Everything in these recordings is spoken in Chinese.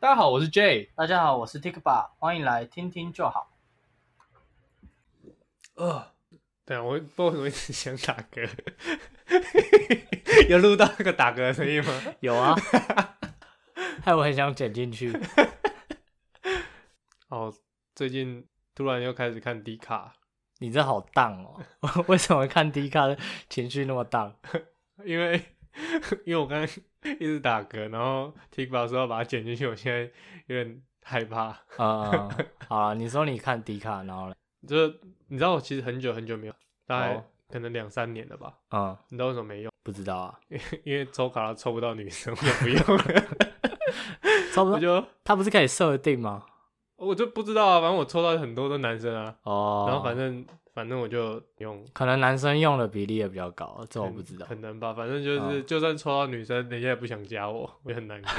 大家好，我是 J。大家好，我是 Tikba，欢迎来听听就好。呃，对啊，我不知道为什么一直想打嗝， 有录到那个打嗝的声音吗？有啊，害我很想剪进 去。哦，最近突然又开始看迪卡，你这好荡哦， 为什么看迪卡的情绪那么荡？因为 因为我刚刚一直打嗝，然后 Tikba 说要把它剪进去，我现在有点害怕。嗯， 好了，你说你看迪卡，然后嘞，就是你知道，我其实很久很久没有，大概哦可能两三年了吧。嗯，你知道为什么没用？ 不知道啊，因为抽卡拉抽不到女生，我就不用 了，差不我多，就他不是可以设定吗？我就不知道啊。反正我抽到很多都男生啊，哦，然后反正反正我就用，可能男生用的比例也比较高，这我哦不知道。很难吧？反正就是、哦就算抽到女生，人家也不想加我，我也很难 过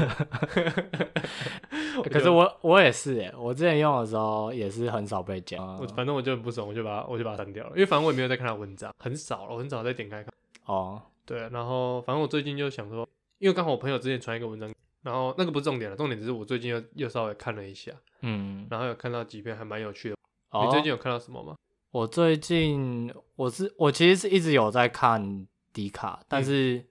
可是就我我也是耶，我之前用的时候也是很少被剪。我嗯反正我就很不爽，我就把我就把它删掉了，因为反正我也没有在看他文章，很少了，我很少再点开看。哦，对，然后反正我最近就想说，因为刚好我朋友之前传一个文章，然后那个不是重点了，重点只是我最近又又稍微看了一下，嗯，然后有看到几篇还蛮有趣的。哦你最近有看到什么吗？我最近我是我其实是一直有在看迪卡，但是、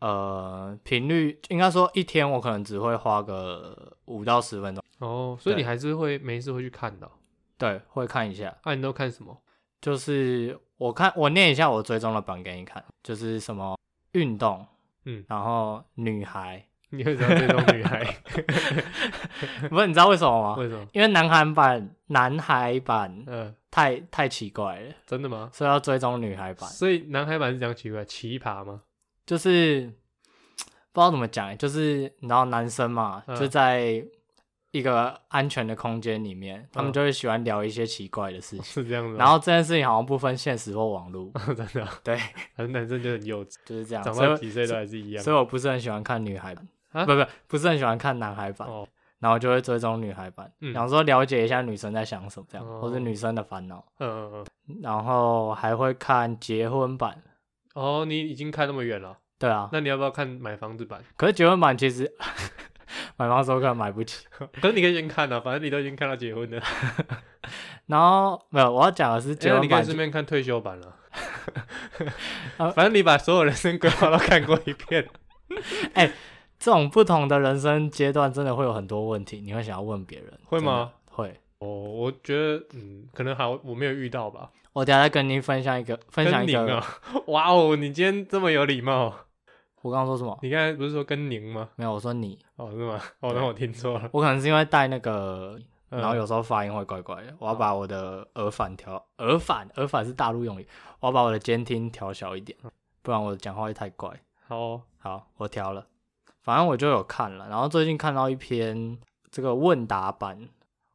呃频率应该说一天我可能只会花个五到十分钟，哦，所以对你还是会没事会去看的哦。对，会看一下。啊，你都看什么？ 就是我看我念一下我追踪的榜给你看，就是什么运动，嗯然后女孩，你为什么要追 踪女孩？不是你知道为什么吗？为什么？因为男孩版男孩版嗯、太太奇怪了，真的吗？所以要追踪女孩版。所以男孩版是讲奇怪，奇葩吗？ 就是不知道怎么讲欸，就是你知道男生嘛，嗯就在一个安全的空间里面，他嗯们就会喜欢聊一些奇怪的事情。是这样子吗。然后这件事情好像不分现实或网络，后 真的哦，对，反正男生就很幼稚，就是这样。长所以到我几岁都还是一样所。以我不是很喜欢看女孩版，啊不不不是很喜欢看男孩版，哦，然后就会追踪女孩版，嗯想说了解一下女生在想什么，这样，哦或者女生的烦恼。嗯嗯嗯，然后还会看结婚版，哦，你已经看那么远了，对啊，那你要不要看买房子版？可是结婚版其实 买房的时候根本买不起。可是你可以先看啊，反正你都已经看到结婚了，然后没有，我要讲的是结 结婚哎你可版以顺便看退休版 了啊。反正你把所有人生规划都看过一遍， 这种不同的人生阶段，真的会有很多问题，你会想要问别人，会吗？真的？会。哦，我觉得嗯，可能还我没有遇到吧。我等一下再跟您分享一个，分享跟一宁个。啊， 哇哦，你今天这么有礼貌，我刚刚说什么？你刚才不是说跟宁吗？没有，我说你，哦，是吗？哦，对那我听错了。我可能是因为戴那个，嗯然后有时候发音会怪怪的。我要把我的耳返调，耳返，耳返是大陆用语，我要把我的监听调小一点，不然我讲话会太怪。好哦，好，我调了，反正我就有看了。然后最近看到一篇这个问答版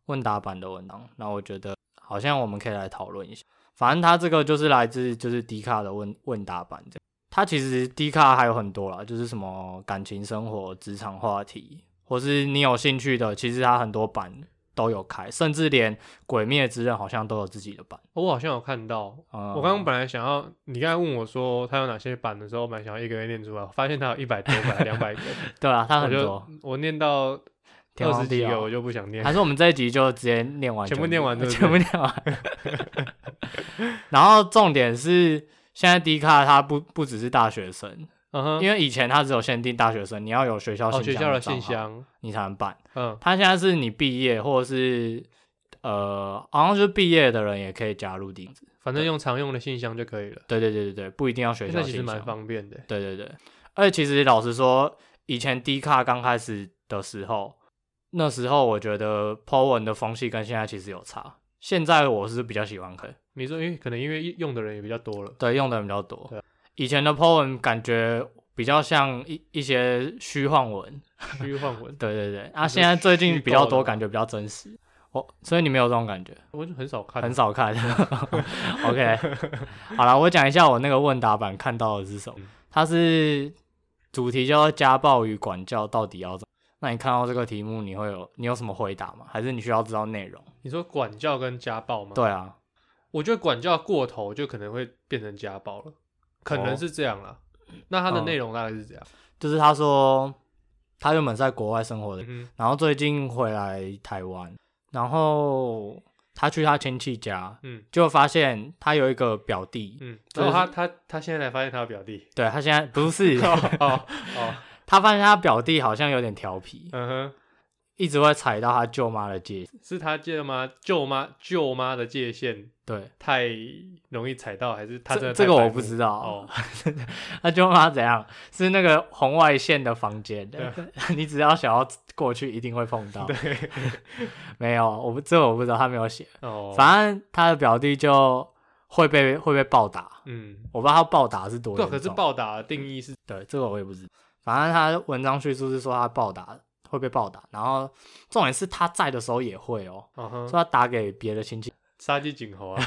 问答版的文章，那我觉得好像我们可以来讨论一下。反正它这个就是来自就是迪卡的问问答版这样。它其实迪卡还有很多啦，就是什么感情生活、职场话题，或是你有兴趣的，其实它很多版都有开，甚至连《鬼灭之刃》好像都有自己的版。哦我好像有看到。啊、我刚刚本来想要，你刚才问我说他有哪些版的时候，我本来想要一个一个念出来，我发现他有一百多版、两 百个，对啊，它我很就多，我念到天二荒十地几个老我就不想念还。是我们这一集就直接念完全全部念完 对不对全部念完。 然后重点是，现在迪卡它不不只是大学生，嗯哼，因为以前它只有限定大学生，你要有学校哦，信学箱啊校的账信号箱，你才能办。嗯，它现在是你毕业或者是呃，好像就是毕业的人也可以加入钉子。反正用常用的信箱就可以了。对对对对对，不一定要学校那其实信蛮箱。方便的。对对对，而且其实老实说，以前 D 卡刚开始的时候，那时候我觉得 Po 文的风气跟现在其实有差。现在我是比较喜欢看，你说，因为可能因为用的人也比较多了，对，用的人比较多对。啊以前的 Po 文感觉比较像一一些虚幻文， 虚幻文，对对对。你说啊，现在最近比虚构较的多，吗感觉比较真实。哦，所以你没有这种感觉，我就很少看，很少看。OK，好了，我讲一下我那个问答版看到的是什么嗯，它是主题叫家暴与管教到底要怎么？那你看到这个题目，你会有你有什么回答吗？还是你需要知道内容？你说管教跟家暴吗？，对啊，我觉得管教过头就可能会变成家暴了，可能哦是这样啦。那它的嗯内容大概是这样，就是他说他原本是在国外生活的，嗯然后最近回来台湾，然后他去他亲戚家，嗯就发现他有一个表弟，嗯，这然后是他他他现在才发现他的表 弟，，对他现在不是 哦哦哦，他发现他表弟好像有点调皮，嗯一直会踩到他舅妈的界，哼，是他舅妈舅妈舅妈的界限对，太容易踩到，还是他真这的这太个白我目不知道，哦，他舅妈怎样？是那个红外线的房间， 你只要想要过去，一定会碰到。啊对， 没有，我不这我不知道，他没有写。哦，反正他的表弟就会被会被暴打，嗯，我不知道他暴打是多对，啊严可重。是暴打的定义是，对这个我也不知道。反正他文章叙述是说他暴打会被暴打，然后重点是他在的时候也会哦，嗯哼，说他打给别的亲戚。杀鸡儆 猴啊！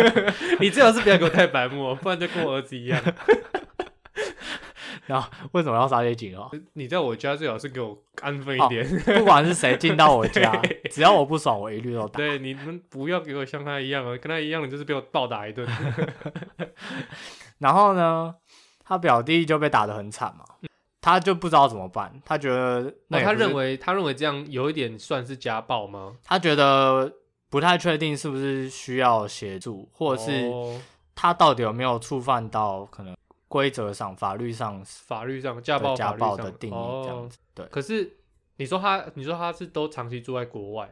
你最好是不要给我太白目、哦，不然就跟我儿子一样。然后为什么要杀这 警哦？你在我家最好是给我安分一点， 不管是谁进到我家，只要我不爽，我一律都打。对，你们不要给我像他一样哦，跟他一样的就是被我暴打一顿。然后呢，他表弟就被打得很惨嘛，他就不知道怎么办，他觉得 那那也哦他不是认为他认为这样有一点算是家暴吗？他觉得不太确定是不是需要协助，或者是哦他到底有没有触犯到可能规则上、法律上法律上家暴的家法律暴上的定义这样子。对哦。可是你说他，你说他是都长期住在国外，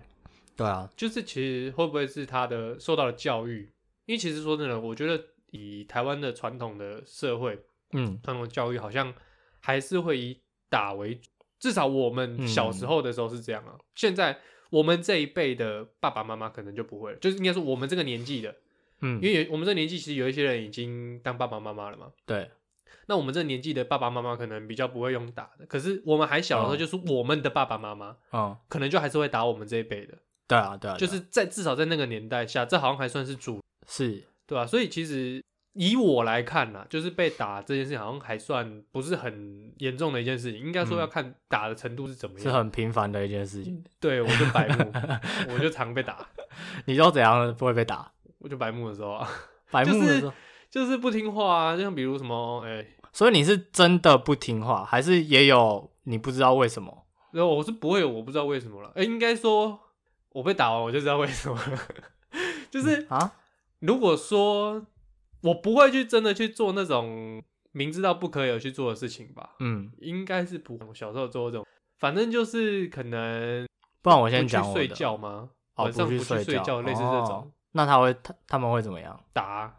对啊，就是其实会不会是他的受到的教育？因为其实说真的，我觉得以台湾的传统的社会，嗯，传统教育好像还是会以打为主，至少我们嗯小时候的时候是这样啊。现在我们这一辈的爸爸妈妈可能就不会了，就是应该说我们这个年纪的，嗯因，为有我们这个年纪其实有一些人已经当爸爸妈妈了嘛。对，那我们这个年纪的爸爸妈妈可能比较不会用打的，可是我们还小的时候，哦就是我们的爸爸妈妈、嗯，可能就还是会打我们这一辈的，对啊，对啊，就对啊是在至少在那个年代下，这好像还算是主是，对吧、所以其实以我来看啦，就是被打这件事情好像还算不是很严重的一件事情，应该说嗯要看打的程度是怎么是啊样。很频繁的一件事情。对，我就白 目，我就常被打，你都怎样不会被打？我就白目的时候啊， 白目的时候，就是不听话啊，就像比如什么，哎、所以你是真的不听话，还是也有你不知道为什么？然后我是不会，我不知道为什么了，哎、应该说我被打完我就知道为什么了， 就是啊？如果说我不会去真的去做那种明知道不可以而去做的事情吧，嗯，应该是不会。我小时候做这种，反正就是可能不然我不先去讲我睡的觉吗？哦晚上不去睡睡觉类似这种哦那他会他他们会怎么样？打。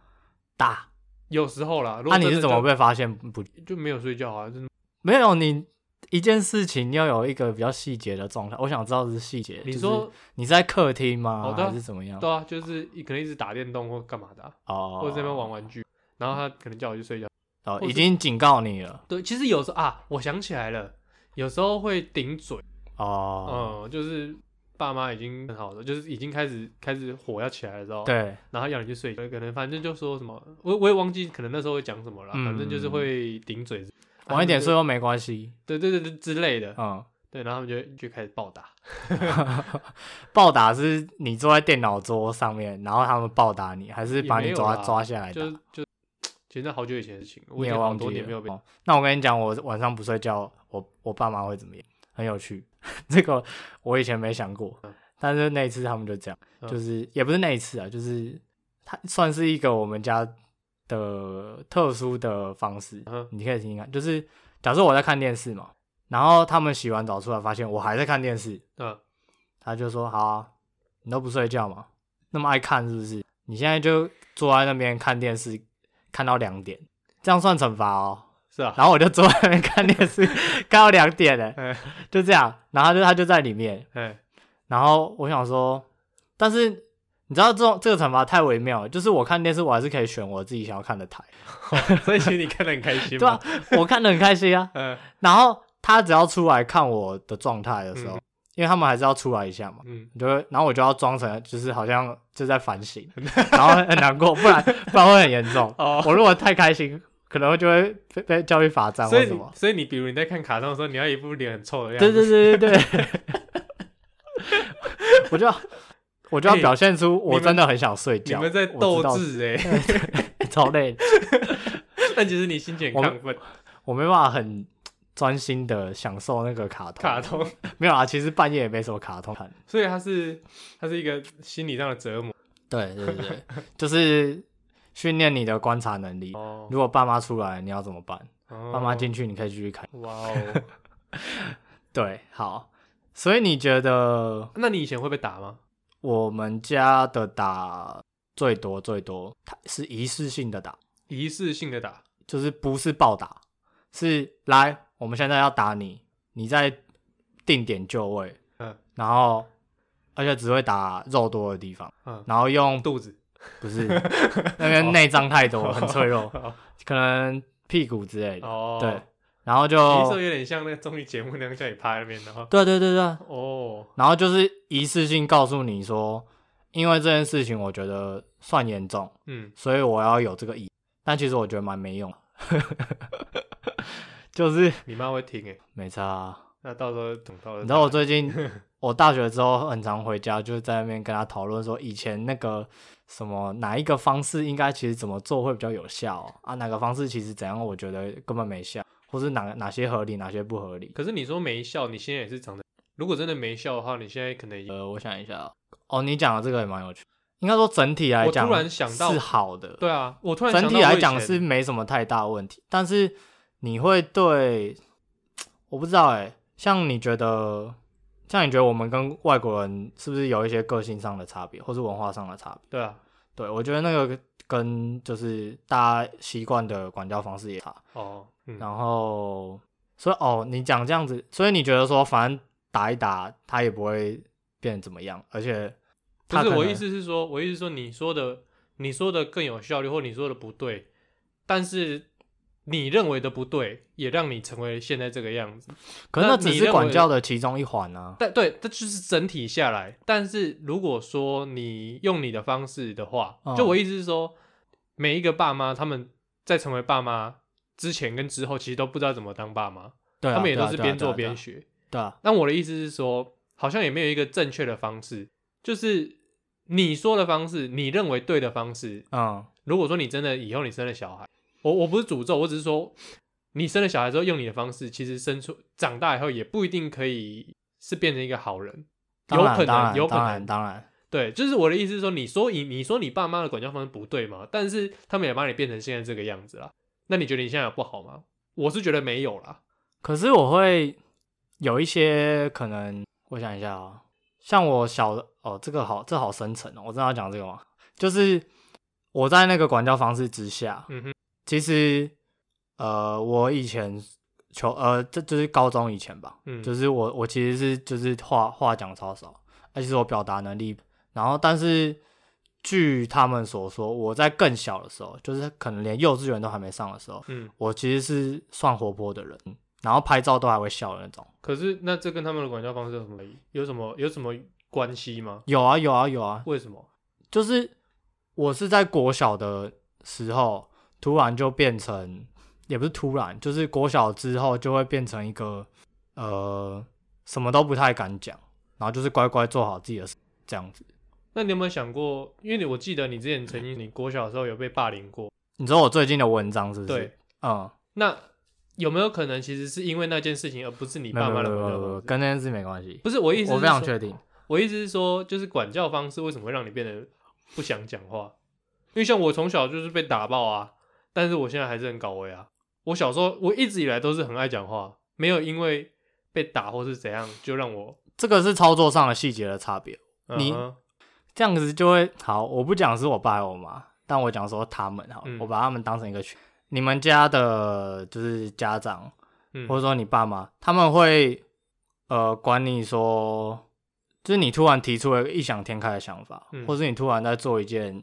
打？有时候啦，如果那、你真的是怎么就被发现不？就没有睡觉啊？真的没有你一件事情要有一个比较细节的状态，我想知道是细节。你就是说你是在客厅吗？哦对啊还是怎么样？对啊，就是一可能一直打电动或干嘛的啊、哦，或者在那边玩玩具，然后他可能叫我去睡觉。哦，或已是经警告你了对，其实有时候啊，我想起来了，有时候会顶嘴，哦。嗯，就是爸妈已经很好了，就是已经开始开始火要起来的时候，对，然后要你去睡觉，可能反正就说什么，我我也忘记，可能那时候会讲什么了，嗯反正就是会顶嘴，晚一点睡说，又没关系。对对对对之类的，嗯， 对，然后他们就就开始暴打，暴打是你坐在电脑桌上面，然后他们暴打你，还是把也你没有啦抓抓下来打？就就其实那好久以前的事情了，我你已也经好忘多记年了没有被，哦那我跟你讲，我晚上不睡觉，我我爸妈会怎么样？很有趣， 这个我以前没想过，但是那一次他们就这样，嗯就是也不是那一次啊，就是它算是一个我们家的特殊的方式，嗯哼你可以听听看。就是假设我在看电视嘛，然后他们洗完澡出来，发现我还在看电视，嗯，他就说：“好啊，你都不睡觉嘛，那么爱看是不是？你现在就坐在那边看电视，看到两点，这样算惩罚哦。”是啊，然后我就坐在那边看电视，看到两点了，哎就这样。然后他就他就在里面，哎， 然后我想说，但是你知道这种这个惩罚太微妙了，就是我看电视我还是可以选我自己想要看的台，所以其实你看得很开心 对嘛啊，，我看的很开心啊。嗯然后他只要出来看我的状态的时候，因为他们还是要出来一下嘛，嗯，就会，然后我就要装成就是好像就在反省， 然后很难过，不然不然会很严重。 哦我如果太开心，可能就会被被教育罚站或所以什你么。所以你比如你在看卡通的时候，你要一副脸很臭的样对子，对对对对， 我就要我就要表现出我真的很想睡哎你觉。们在斗我知道，智哎、 超累的，但其实你心情我很们亢奋，我没办法很专心的享受那个卡通。卡通，没有啊，其实半夜也没什么卡 通看。所以它是它是一个心理上的折磨 对对对对，就是训练你的观察能力。哦。如果爸妈出来，你要怎么办？爸爸妈进去，你可以继续看。哇哦，对，好。所以你觉得 那你以前会被打吗？我们家的打最多最多，它是一次性的打，一次性的打，就是不是暴打，是来我们现在要打你，你在定点就位，嗯然后而且只会打肉多的地方，嗯，然后用肚子，不是那边内脏太多，很脆弱，哦可能屁股之类的，哦，对，然后就其实有点像那个综艺节目那样叫你趴在那边，然后对对对对，哦，然后就是一次性告诉你说，因为这件事情我觉得算严重，嗯，所以我要有这个意，但其实我觉得蛮没用的， 就是你妈会听诶，没差啊、那到时候等到了，你知道我最近我大学之后很常回家，就在那边跟他讨论说，以前那个什么哪一个方式应该其实怎么做会比较有效哦、啊？哪个方式其实怎样，我觉得根本没效，或是哪哪些合理，哪些不合理？可是你说没笑，你现在也是长得，如果真的没笑的话，你现在可能也呃，我想一下哦，哦你讲的这个也蛮有趣，应该说整体来我讲，突然想到是好的，对啊，我突然整想体到我来以讲前是没什么太大问题，但是你会对，我不知道哎、像你觉得，像你觉得我们跟外国人是不是有一些个性上的差别，或是文化上的差别？对啊，对我觉得那个跟就是大家习惯的管教方式也差，哦，嗯，然后所以哦，你讲这样子，所以你觉得说反正打一打他也不会变得怎么样，而且不他是可我能意思是说，我意思是说你说的你说的更有效率，或你说的不对，但是你认为的不对，也让你成为现在这个样子。可是那那只你是认管为教的其中一环啊。但对，这就是整体下来。但是如果说你用你的方式的话，嗯就我意思是说，每一个爸妈他们在成为爸妈之前跟之后，其实都不知道怎么当爸妈，对啊、他们也对啊都是对啊边对啊做对啊边学。对啊，但我的意思是说，好像也没有一个正确的方式，就是你说的方式，你认为对的方式。嗯，如果说你真的以后你生了小孩，我我不是诅咒，我只是说，你生了小孩之后用你的方式，其实生出长大以后也不一定可以是变成一个好人，有当然可当能，然有可当然能，当然，对，就是我的意思是说，你说你你说你爸妈的管教方式不对嘛，但是他们也把你变成现在这个样子啦，那你觉得你现在有不好吗？我是觉得没有啦，可是我会有一些可能，我想一下啊，像我小的哦，这个好，这好深沉哦，我真的要讲这个吗？就是我在那个管教方式之下，嗯哼，其实呃，我以前求呃，这就是高中以前吧，嗯，就是是我我其实是就是话话讲超少，而且是我表达能力，然后但是据他们所说，我在更小的时候，就是可能连幼稚园都还没上的时候。嗯，我其实是算活泼的人，然后拍照都还会笑的那种。可是那这跟他们的管教方式有什么有什么有什么关系吗？有啊，有啊，有啊，为什么？就是我是在国小的时候，突然就变成，也不是突然，就是国小之后就会变成一个呃，什么都不太敢讲，然后就是乖乖做好自己的事这样子。那你有没有想过？因为你我记得你之前曾经你国小的时候有被霸凌过，你知道我最近的文章是不是？对，，嗯，那有没有可能其实是因为那件事情，而不是你没爸有没妈有的没管有教没有，方式？跟那件事没关系。不是我意思，我非常确。定，我意思是说，就是管教方式为什么会让你变得不想讲话？因为像我从小就是被打爆啊，但是我现在还是很搞威啊。我小时候我一直以来都是很爱讲话，没有因为被打或是怎样就让我、这个是操作上的细节的差别。嗯你哼这样子就会好。我不讲是我爸还有我妈，但我讲说他们好了，嗯我把他们当成一个群。你们家的就是家长，嗯或者说你爸妈，他们会呃管你说，就是你突然提出了一个异想天开的想法，嗯或是你突然在做一件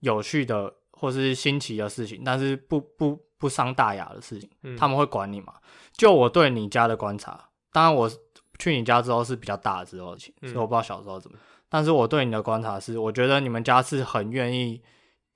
有趣的或是新奇的事情，但是不不不伤大雅的事情，嗯他们会管你嘛？就我对你家的观察，当然我去你家之后是比较大之后的事情，所嗯以我不知道小时候怎么。但是我对你的观察是，我觉得你们家是很愿意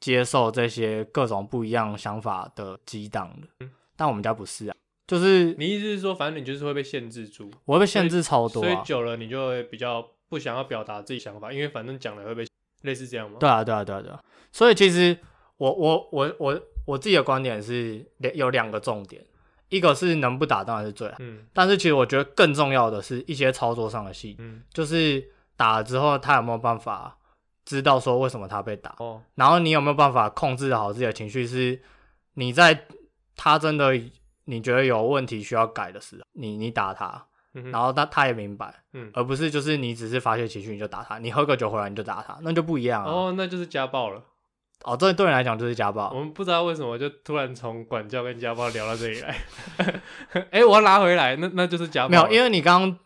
接受这些各种不一样想法的激荡的，嗯但我们家不是啊，就是你意思是说，反正你就是会被限制住，我会被限制超多、所以啊。久了你就会比较不想要表达自己想法，因为反正讲了会被类似这样吗？对啊，对啊，对啊，对啊。所以其实我我我我我自己的观点是有两个重点，一个是能不打当然是最好，嗯但是其实我觉得更重要的是一些操作上的细节，嗯，就是打了之后他有没有办法知道说为什么他被打，哦，然后你有没有办法控制好自己的情绪？是你在他真的你觉得有问题需要改的时候，你你打他，嗯哼然后他他也明白，嗯而不是就是你只是发泄情绪你就打他，你喝个酒回来你就打他，那就不一样啊。哦，哦，那就是家暴了。这对你来讲就是家暴我。们不知道为什么就突然从管教跟家暴聊到这里 来。哎、我要拉回来，那那就是家暴。没有，因为为你刚刚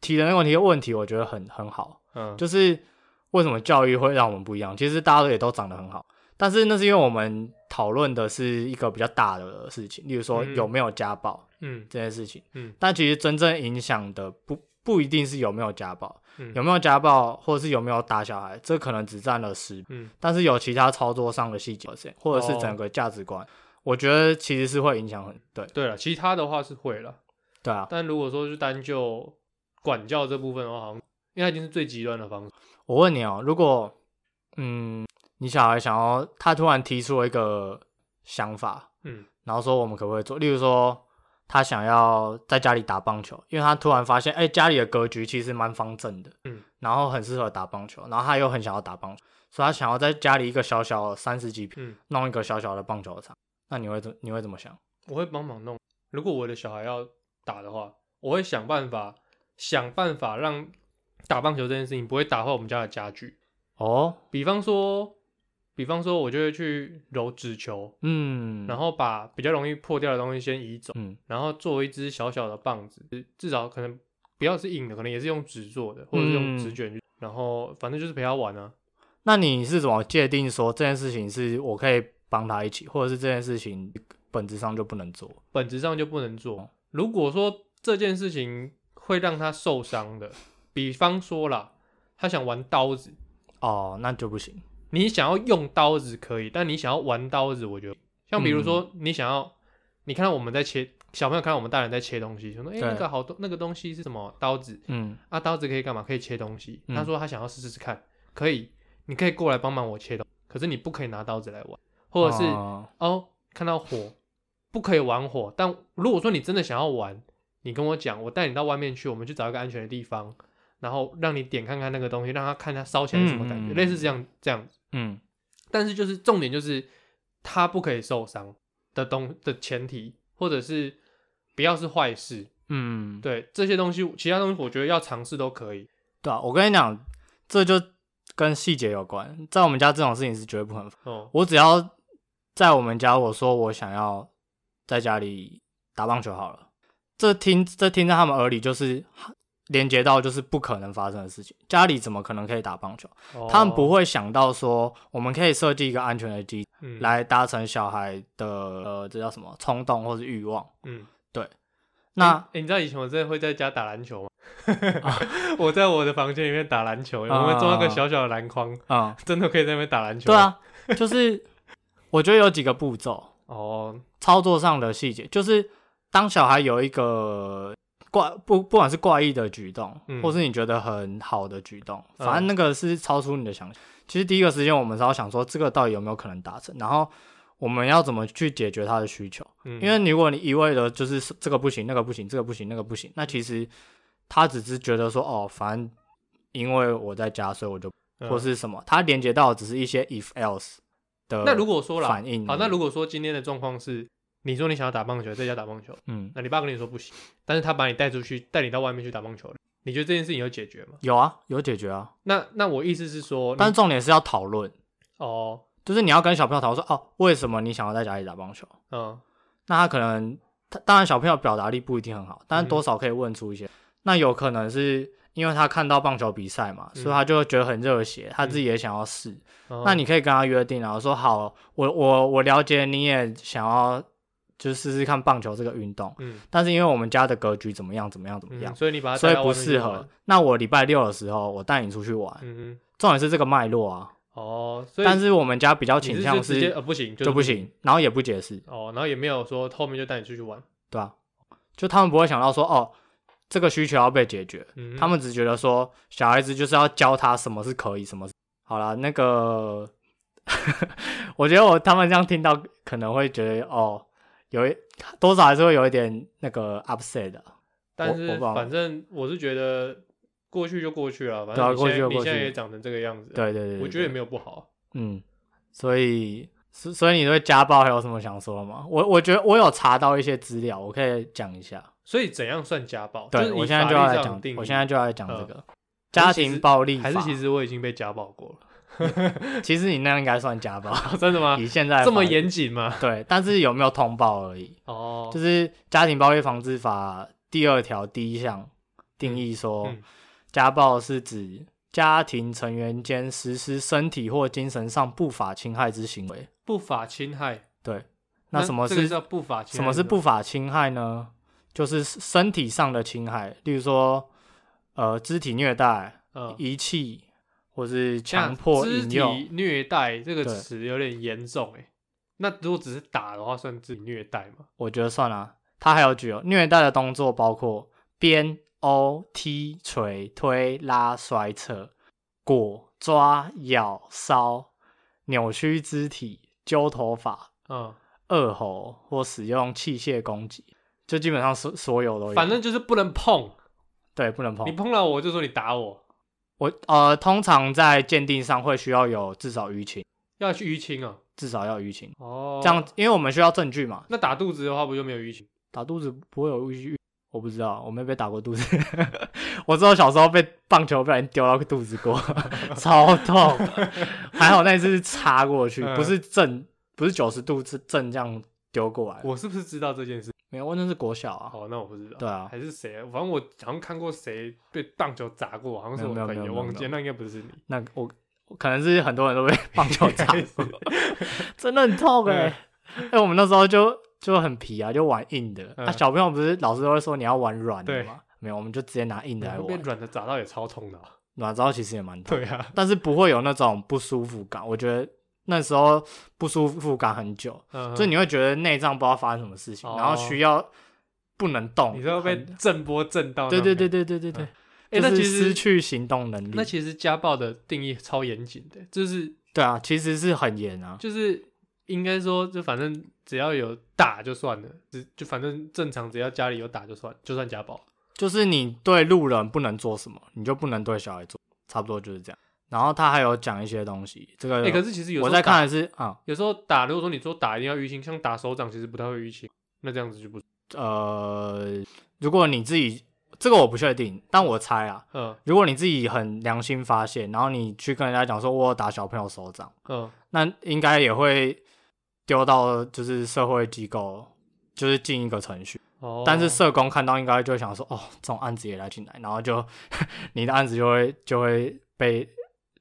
提的那个问题问题，我觉得很很好，嗯，就是为什么教育会让我们不一样？其实大家都也都长得很好，但是那是因为我们讨论的是一个比较大的事情，例如说嗯有没有家暴。嗯这件事情，嗯但其实真正影响的不不一定是有没有家暴，嗯有没有家暴，或者是有没有打小孩，这可能只占了十，嗯但是有其他操作上的细节，或者是哦整个价值观，我觉得其实是会影响很对对了，其他的话是会了，对啊，但如果说是单就管教这部分的话，好像因为它已经是最极端的方式。我问你哦、如果嗯，你小孩想要他突然提出了一个想法，嗯然后说我们可不可以做，例如说。他想要在家里打棒球，因为他突然发现，哎、家里的格局其实蛮方正的，嗯然后很适合打棒球，然后他又很想要打棒球，所以他想要在家里一个小小三十几平嗯，弄一个小小的棒球场。那你会怎你会怎么想？我会帮忙弄。如果我的小孩要打的话，我会想办法想办法让打棒球这件事情不会打坏我们家的家具。哦，比方说，比方说，我就会去揉纸球，嗯，然后把比较容易破掉的东西先移走，嗯然后做一支小小的棒子，至少可能不要是硬的，可能也是用纸做的，或者是用纸嗯卷去，然后反正就是陪他玩啊。那你是怎么界定说这件事情是我可以帮他一起，或者是这件事情本质上就不能做？本质上就不能哦做。如果说这件事情会让他受伤的，比方说啦，他想玩刀子，哦，那就不行。你想要用刀子可以，但你想要玩刀子，我觉得像比如说嗯你想要，你看到我们在切，小朋友看到我们大人在切东西，就说：“哎、对那个好东那个东西是什么？刀子嗯，啊，刀子可以干嘛？可以切东西。”嗯他说他想要试试看，可以，你可以过来帮忙我切东西，可是你不可以拿刀子来玩，或者是哦哦，看到火，不可以玩火。但如果说你真的想要玩，你跟我讲，我带你到外面去，我们去找一个安全的地方，然后让你点看看那个东西，让他看它烧起来是什么感觉，嗯类似这样这样。嗯但是就是重点就是，他不可以受伤的东的前提，或者是不要是坏事。嗯，对这些东西，其他东西我觉得要尝试都可以。对啊，我跟你讲，这就跟细节有关。在我们家这种事情是绝对不可能发生的哦，我只要在我们家，我说我想要在家里打棒球好了，这听这听在他们耳里就是连接到就是不可能发生的事情，家里怎么可能可以打棒球？他们不会、会想到说我们可以设计一个安全的机嗯，来达成小孩的呃这叫什么冲动或是欲望。嗯。那啊欸你知道以前我真的会在家打篮球吗？ 我在我的房间里面打篮球，我们装了个小小的篮筐，嗯，真的可以在那边打篮球。啊对，啊，就是 我觉得有几个步骤，哦，操作上的细节，就是当小孩有一个怪不不管是怪异的举动，嗯或是你觉得很好的举动，嗯反正那个是超出你的想象。其实第一个时间我们是要想说这个到底有没有可能达成，然后我们要怎么去解决他的需求。嗯，因为如果你一味的就是这个不行，那个不行，这个不行，那个不嗯行，那其实他只是觉得说哦，反正因为我在家，所以我就嗯或是什么，他连接到的只是一些 if else 的。那如果说啦，反应好，那如果说今天的状况是，你说你想要打棒球，在家打棒球，嗯那你爸跟你说不行，但是他把你带出去，带你到外面去打棒球，你觉得这件事情有解决吗？有啊，有解决啊。那那我意思是说，你但重点是要讨论，哦，就是你要跟小朋友讨论说，哦，为什么你想要在家里打棒球？嗯那他可能，他当然小朋友表达力不一定很好，但是嗯多少可以问出一些。那有可能是因为他看到棒球比赛嘛，所以他就会觉得很热血，他自己也想要试。嗯，那你可以跟他约定啊，说好，我我我了解你也想要就是试试看棒球这个运动，嗯但是因为我们家的格局怎么样怎么样怎么样嗯，，所以你把他所带以到不外面去适玩合。。那我礼拜六的时候，我带你出去玩，嗯重点是这个脉络啊。哼，哦，所以但是我们家比较你倾是向就直接是呃不行，就就是不行，然后也不解释，哦，然后也没有说后面就带你出去玩，对吧、就他们不会想到说，哦，这个需求要被解决，嗯，他们只觉得说，小孩子就是要教他什么是可以，什么是好啦，那 个，我觉得我他们这样听到可能会觉得，哦，有一多少还是会有一点那个 upset 的、我但我是不好反正我是觉得过去就过去了，反对啊正你过去现在就你过现在去也长成这个样子，对对对我觉得也有，没有不好。嗯，所以所所以你对家暴还有什么想说的吗？我我觉得我有查到一些资料，我可以讲一下。所以怎样算家暴？就对是，以我现在法就律要来上讲定，义我现在就要来讲这呃个、还家是其庭实暴力法。还是其实我已经被家暴过 了，其实你那样应该算家 暴，真的吗？以现哦在的这么法律严谨吗？对，但是有没有通报而已。哦，就是是《家庭暴力防治法》第二条第一项定义说，嗯嗯家暴是指家庭成员间实施身体或精神上不法侵害之行为。不法侵害。对，那什么这是、个叫不法侵害？什么是不？法侵害呢？就是身体上的侵害，例如说，呃，肢体虐待、嗯，遗弃，或是这样强迫肢引诱。体虐待这个对词有点严重哎。那如果只是打的话，算肢体虐待吗？我觉得算了、他还有举哦，虐待的动作包括鞭、殴、踢、捶、推、拉、摔、扯、裹、抓、咬、搔、扭曲肢体、揪头发、嗯，扼喉或使用器械攻击，就基本上所所有都有。反正就是不能碰，对，不能你碰。碰到我就说你打我，我呃，通常在鉴定上会需要有至少淤青，要去淤青啊。至少要淤青。哦，这样，因为我们需要证据嘛，那打肚子的话不就没有淤青？打肚子不会有淤，我不知道，我没被打过肚子， 我只有小时候被棒球不小心丢到肚子过， 超痛，还好那一次是插过去，嗯不是正，不是九十度，是正这样丢过来。我是不是知道这件事？没有，我那是国小啊，哦，那我不知道。对啊还是谁啊？反正我好像看过谁被棒球砸过，好像是我没有朋没有没友，有忘记了，没那应该不是你。那个我我可能是很多人 都被棒球砸过，真的很嗯痛哎、哎、我们那时候就就很皮啊，就玩硬的。那、嗯啊、小朋友不是老师都会说你要玩软的对吗？没有，我们就直接拿硬的来会被玩。软的砸到也超痛的啊、 软招其实也蛮痛的对 啊，但是不会有那种不舒服感。我觉得那时候不舒服感很久，嗯就你会觉得内脏不知道发生什么事情，哦然后需要不能动，你知道被很震波震到，对对对，对对对对，哎、就那是其失实去行动能那力。其实家暴的定义超严谨的，就是对啊，其实是很严啊，就是应该说，就反正只要有打就算了，只就反正正常只要家里有打就算，就算家暴。就是你对路人不能做什么，你就不能对小孩做，差不多就是这样。然后他还有讲一些东西，这个哎、可是其实有时候啊我在看打，的是啊、有时候打，如果说你说打一定要淤青，像打手掌其实不太会淤青，那这样子就不，呃，如果你自己这个我不确定，但我猜啊，嗯如果你自己很良心发现，然后你去跟人家讲说，我有打小朋友手掌，嗯，那应该也会丢到就是社会机构，就是进一个程序。哦，但是社工看到应该就会想说，哦，这种案子也来进来，然后就 你的案子就会就会被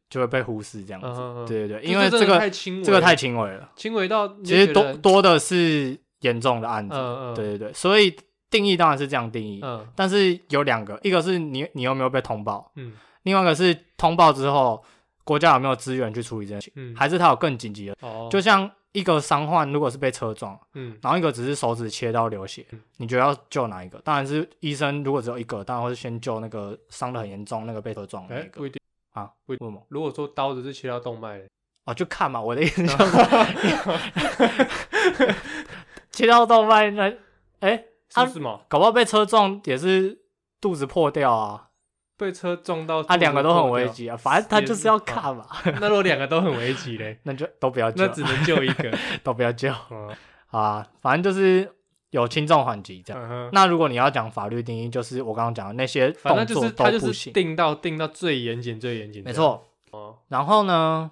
就会被忽视这样子。嗯嗯嗯对对对，就因为这这真的个太轻微了，这个太轻微了，轻微到其实多都多的是严重的案嗯子。嗯对对对，所以定义当然是这样定义，嗯但是有两个，一个是你你有没有被通报。嗯另外一个是通报之后，国家有没有资源去处理这件事情，嗯，还是它有更紧急的？哦就像一个伤患如果是被车撞，嗯然后一个只是手指切到流血嗯，你觉得要救哪一个？当然是医生，如果只有一个，当然会先救那个伤得很严重、那个被车撞的哎、那个。不一定。为什么？如果说刀子是切到动脉 的，哦，就看嘛，我的意思就是切到动脉那，哎、是不是嘛？搞不好被车撞也是肚子破掉啊，被车撞 到，啊，两个都很危。急啊，反正他就是要看嘛，，那如果两个都很危急嘞 那就都不要救哦那，只能救一 个。都不要救。嗯 好啊，反正就是有轻重缓急这样。嗯哼，那如果你要讲法律定义，就是我刚刚讲的那些反动正就作是都他就不是行，定到定到最严谨最严谨。没。错。哦，然后呢，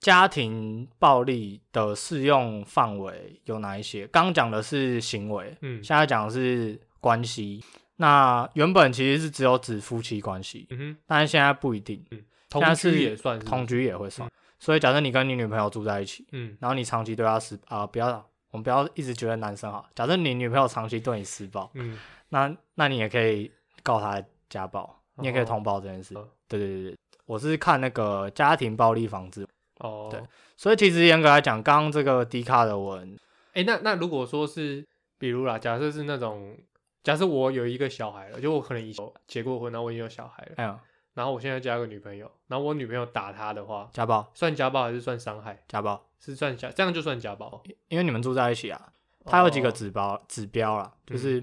家庭暴力的适用范围有哪一些？刚讲的是行为，嗯现在讲的是关系。那原本其实是只有指夫妻关系，嗯哼，但是现在不一定，现同在是居也算是同。居也会算。所以假设你跟你女朋友住在一起，嗯，然后你长期对她施啊、不要我们不要一直觉得男生好。假设你女朋友长期对你施暴，嗯，那那你也可以告他家暴，你也可以哦通报这件事嗯。对对对对，我是看那个家庭暴力防治，哦，对所以其实严格来讲，刚刚这个迪卡的文，哎、那那如果说是，比如啦，假设是那种，假设我有一个小孩了，就我可能已经结过婚，然后我已经有小孩了，哎呀，然后我现在加个女朋友，然后我女朋友打他的话，家暴，算家暴还是算伤害？家暴，是算家，这样就算家暴。因为你们住在一起啊，它有几个哦嗯指标、指标啦，就是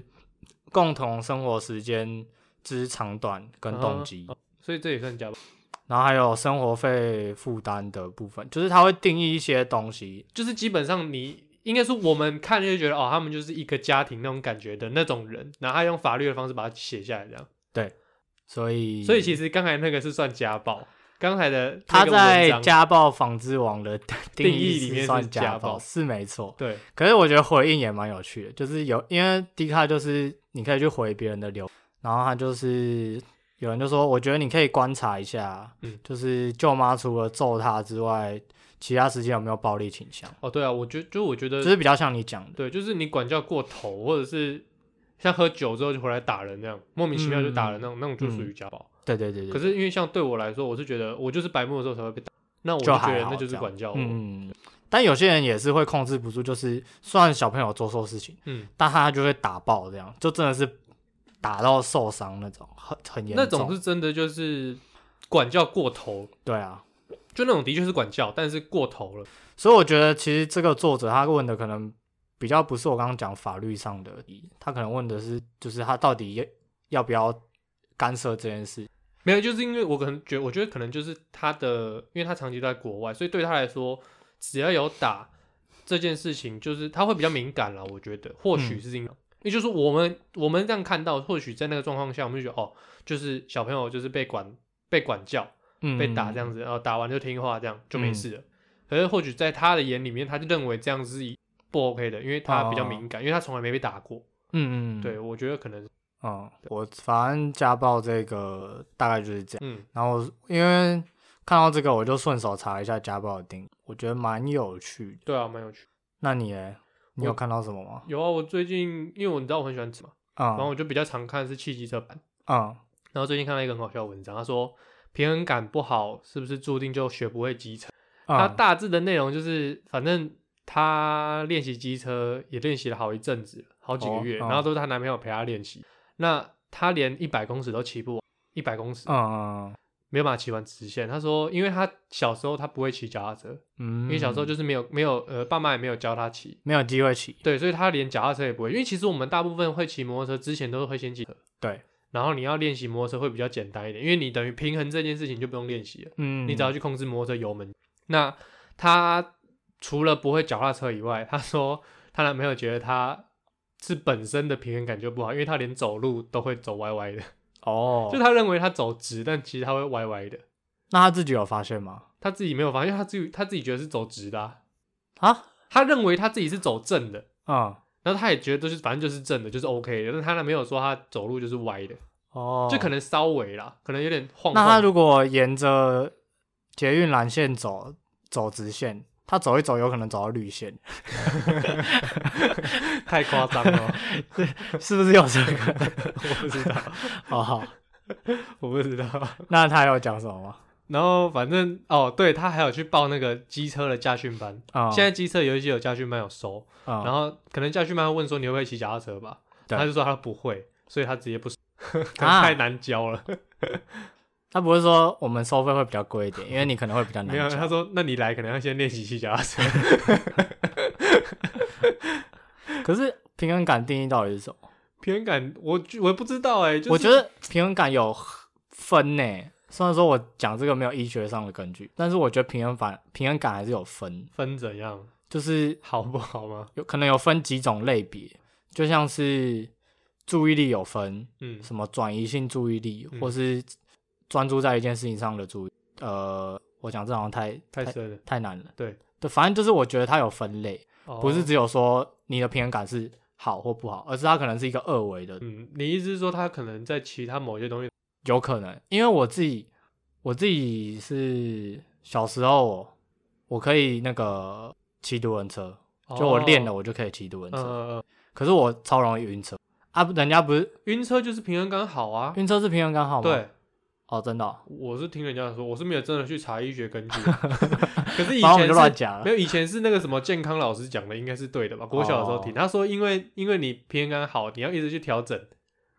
共同生活时间之长短跟动机，啊所以这也算家暴。然后还有生活费负担的部分，就是它会定义一些东西。就是基本上你应该说我们看就觉得哦，他们就是一个家庭那种感觉的那种人，然后他用法律的方式把它写下来，这样。所以，所以其实刚才那个是算家暴，刚才的那嗯他个在文章家暴纺织 网的定义里是面是算家家暴是没错。对可是我觉得回应也蛮有趣的，就是有因为迪卡就是你可以去回别人的留，然后他就是有人就说，我觉得你可以观察一下，嗯就是舅妈除了揍他之外，其他时间有没有暴力倾向，哦对啊，我觉就我觉得就是比较像你讲的，对，就是你管教过头，或者是像喝酒之后就回来打人那样，莫名其妙就打嗯人那种，那种就属于家暴。对对对对，可是因为像对我来说，我是觉得我就是白目的时候才会被打，那我就觉还得好那就是这样管教我。嗯，但有些人也是会控制不住，就是虽然小朋友做错事情，嗯但他就会打爆，这样就真的是打到受伤那种，很很严重，那种是真的就是管教过头，对啊，就那种的确是管教，但是过头了。所以我觉得其实这个作者他问的可能比较不是我刚刚讲法律上的疑，他可能问的是就是他到底要要不要干涉这件事。没有，就是因为我可能觉得，我觉得可能就是他的，因为他长期都在国外，所以对他来说，只要有打这件事情，就是他会比较敏感了。我觉得或嗯许是因为，也就是我们我们这样看到，或许在那个状况下，我们就觉得哦，就是小朋友就是被管被管教、嗯，被打这样子，子，然后打完就听话，这样就没事了。可是或许在他的眼里面，他就认为这样是不 OK 的，因为他比较敏感，因为他从来没被打过。哦嗯嗯，对，，我觉得可能，嗯，我反正家暴这个大概就是这样。嗯，然后因为看到这个，我就顺手查了一下家暴的定义，我觉得蛮有趣的。对啊，蛮有趣。那你嘞，你我有看到什么吗？有啊，我最近因为我你知道我很喜欢吃嘛。然后嗯我就比较常看是汽机车版。嗯，然后最近看到一个很好笑的文章，他说平衡感不好是不是注定就学不会机车？他嗯大致的内容就是，反正他练习机车也练习了好一阵子，好几个哦月，嗯然后都是她男朋友陪她练习。那她连一百公尺都骑不完，一百公尺、嗯没有办法骑完直线。她说，因为她小时候她不会骑脚踏车，嗯，因为小时候就是没有没有呃爸妈也没有教她骑，没有机会骑，对，所以他连脚踏车也不会，因为其实我们大部分会骑摩托车之前都是会先骑车，对，然后你要练习摩托车会比较简单一点，因为你等于平衡这件事情就不用练习了，嗯，你只要去控制摩托车油门。那他除了不会脚踏车以外，他说她男朋友觉得他是本身的平衡感就不好，因为他连走路都会走歪歪的，哦，就他认为他走直，但其实他会歪歪的，那他自己有发现吗？他自己没有发现，因为他自己他自己觉得是走直的、啊，啊，他认为他自己是走正的。嗯，然后他也觉得就是反正就是正的，就是 OK 的，但他没有说他走路就是歪的，哦，就可能稍微啦，可能有点晃晃。那他如果沿着捷运蓝线走，走直线，他走一走有可能走到绿 线，太夸张 了，是不是有这个？我不知道，哦，好，我不知道。那他有讲什么吗？然后反正哦，对他还有去报那个机车的驾训班，啊、现在机车有一些有驾训班有收，嗯，然后可能驾训班会问说你会不会骑脚踏车吧，对他就说他不会，所以他直接不收，可能 啊太难教了。他不会说我们收费会比较贵一点，因为你可能会比较难没有，讲他说那你来可能要先练习骑脚踏车。可是平衡感定义到底是什么？平衡感，我我也不知道哎、就是我觉得平衡感有分呢、虽然说我讲这个没有医学上的根据，但是我觉得平衡感平衡感还是有分，分怎样就是好不好吗？有可能有分几种类别，就像是注意力有分，嗯，什么转移性注意力，嗯或是专注在一件事情上的注意。呃，我讲这好像太太深了。太难了。对对，反正就是我觉得它有分类，不是哦只有说你的平衡感是好或不好，而是它可能是一个二维的，嗯，你意思是说他可能在其他某些东西，有可能。因为我自己我自己是小时候我我可以那个骑独轮车，就我练了，哦，我就可以骑独轮嗯车。嗯嗯，可是我超容易晕车啊！不人家不是晕车就是平衡感好啊。晕车是平衡感好吗？，对，哦，真的哦、我是听人家说，我是没有真的去查医学根 据啊，可是以反正我前们就是乱讲啊没了。有，以前是那个什么健康老师讲的，应该是对的吧？国小的哦时候听，他说因为因为你平衡感好，你要一直去调整，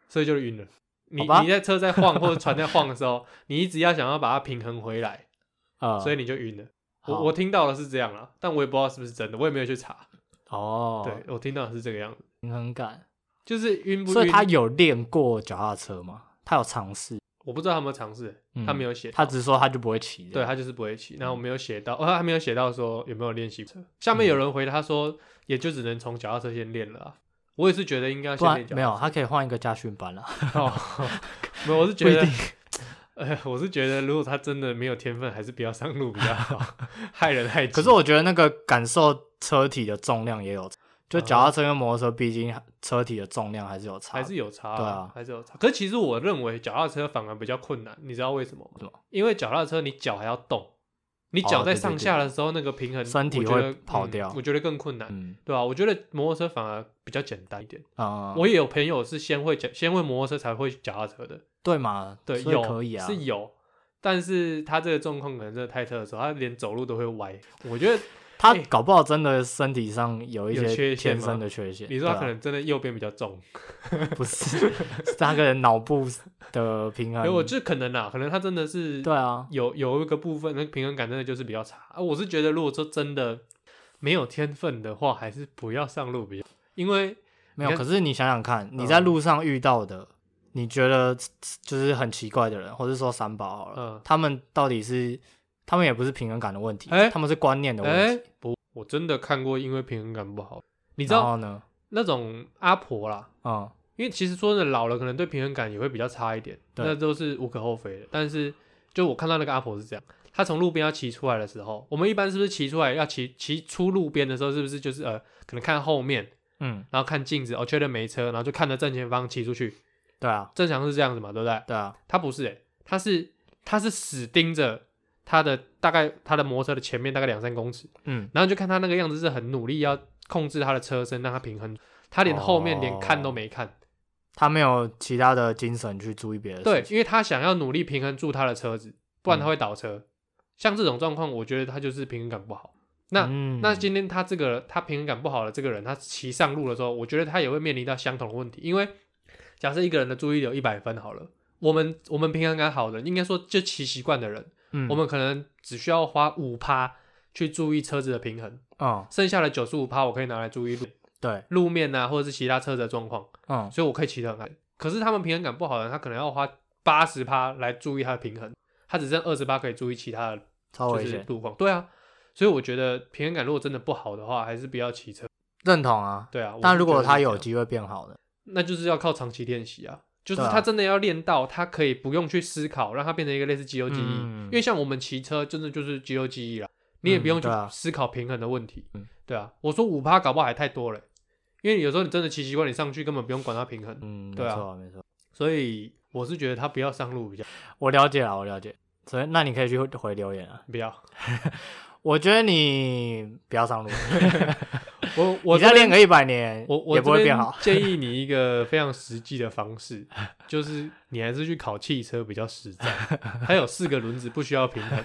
所以就晕了。你好吧你在车在晃或者船在晃的时候， 你一直要想要把它平衡回来，呃，所以你就晕了。好我我听到的是这样啦，但我也不知道是不是真的，我也没有去查。哦，对，我听到的是这个样子，平衡感。就是晕不晕？所以他有练过脚踏车吗？他有尝试，我不知道他有没有尝试，嗯他没有写，他嗯只是说他就不会骑。对，他就是不会骑。然后我没有写到，哦，他没有写到说有没有练习车。下嗯面有人回他说，也就只能从脚踏车先练了啊。我也是觉得应该不先然练脚，没有，他可以换一个家训班啦。没有，我是不觉一得定，呃，我是觉得如果他真的没有天分，还是不要上路比较 好，害人害己。可是我觉得那个感受车体的重量也有差，就脚踏车跟摩托车，毕竟车体的重量还是有差。呃还是有差、对啊还是有差。可是其实我认为脚踏车反而比较困难，你知道为什么吗？为什么因为脚踏车你脚还要动，你脚哦在对对上对下的时候那个平衡，身体我觉得会跑嗯掉我觉得更困难，嗯对啊？我觉得摩托车反而比较简单一点。啊，我也有朋友是先会脚，先会摩托车才会脚踏车的，对嘛，对，所以有可以啊，是有。但是他这个状况可能真的太特殊，他连走路都会歪。我觉 得他哎搞不好真的身体上有一有缺些陷天吗生的缺陷。你说他可对啊能真的右边比较重，不是，是他可能脑部的平哎、我衡。这可能啦，可能他真的是啊对啊，有有一个部分，那平衡感真的就是比较差。啊、我是觉得，如果说真的没有天分的话，还是不要上路比较，因为没有。你看可是你想想看，你在嗯路上遇到的，你觉得就是很奇怪的人，或者说三宝好了，嗯他们到底是他们也不是平衡感的问题，哎他们是观念的哎、问题。不，我真的看过，因为平衡感不好，你你知道后呢？那种阿婆啦，嗯，因为其实说真的，老了可能对平衡感也会比较差一点，对那都是无可厚非的。但是就我看到那个阿婆是这样，她从路边要骑出来的时候，我们一般是不是骑出来要骑骑出路边的时候，是不是就是呃，可能看后面，嗯，然后看镜子，哦，确认没车，然后就看着正前方骑出去，对啊，正常是这样子嘛，对不对？对啊，他不是、欸，他是他是死盯着他的大概他的摩托车的前面大概两三公尺，嗯，然后就看他那个样子是很努力要控制他的车身，让他平衡，他连后面连看都没看，他没有其他的精神去注意别的对事，情。嗯因为他想要努力平衡住他的车子，不然他会倒车。像这种状况，我觉得他就是平衡感不好。那、嗯那今天他这个他平衡感不好的这个人，他骑上路的时候，我觉得他也会面临到相同的问题。因为假设一个人的注意力有一百分好了，我们我们平衡感好的，应该说就骑习惯的人，嗯我们可能只需要花五趴去注意车子的平衡，嗯，剩下的九十五趴我可以拿来注意路对，路面啊，或者是其他车子的状况，嗯，所以我可以骑得很快。可是他们平衡感不好的人，他可能要花八十趴来注意他的平衡，他只剩二十趴可以注意其他的超就危是险，路况。对啊，所以我觉得平衡感如果真的不好的话，还是不要骑车。认同啊。对啊，我但是如觉果得他是这有样，机会变好的，那就是要靠长期练习啊。就是对啊他真的要练到，他可以不用去思考，让他变成一个类似肌肉记忆。嗯因为像我们骑车，真的就是肌肉记忆啦，你也不用去对啊思考平衡的问题。嗯对啊，我说五趴搞不好还太多了、因为有时候你真的骑习惯，你上去根本不用管它平衡。嗯，没对啊错没错，所以我是觉得他不要上路比较我了解了，我了解。所以那你可以去回留言啊。不 要。我觉得你不要上路，我 我你再这边练个一百年，我我也这不会变边。好建议你一个非常实际的方式，就是你还是去考汽车比较实在。它有四个轮子，不需要平衡。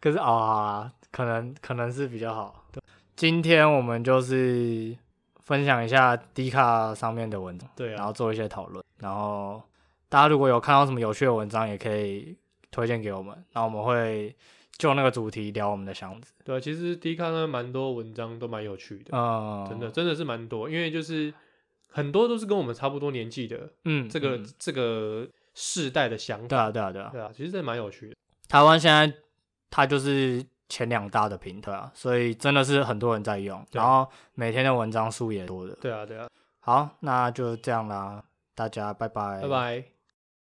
可是哦，好啦可能可能是比较好。今天我们就是分享一下 D 卡上面的文章，对然啊后，做一些讨论。然后大家如果有看到什么有趣的文章，也可以推荐给我们，那我们会就那个主题聊我们的想法。对啊，其实 D 卡呢蛮多文章都蛮有趣的，嗯，真的，真的是蛮多，因为就是很多都是跟我们差不多年纪的嗯，这个、嗯这个世代的想对法，啊，对啊，对啊。对啊，其实这蛮有趣的，台湾现在它就是前两大的平台啊，所以真的是很多人在用，对然后每天的文章数也多的。对啊，对啊，好，那就这样啦，大家拜拜，拜拜。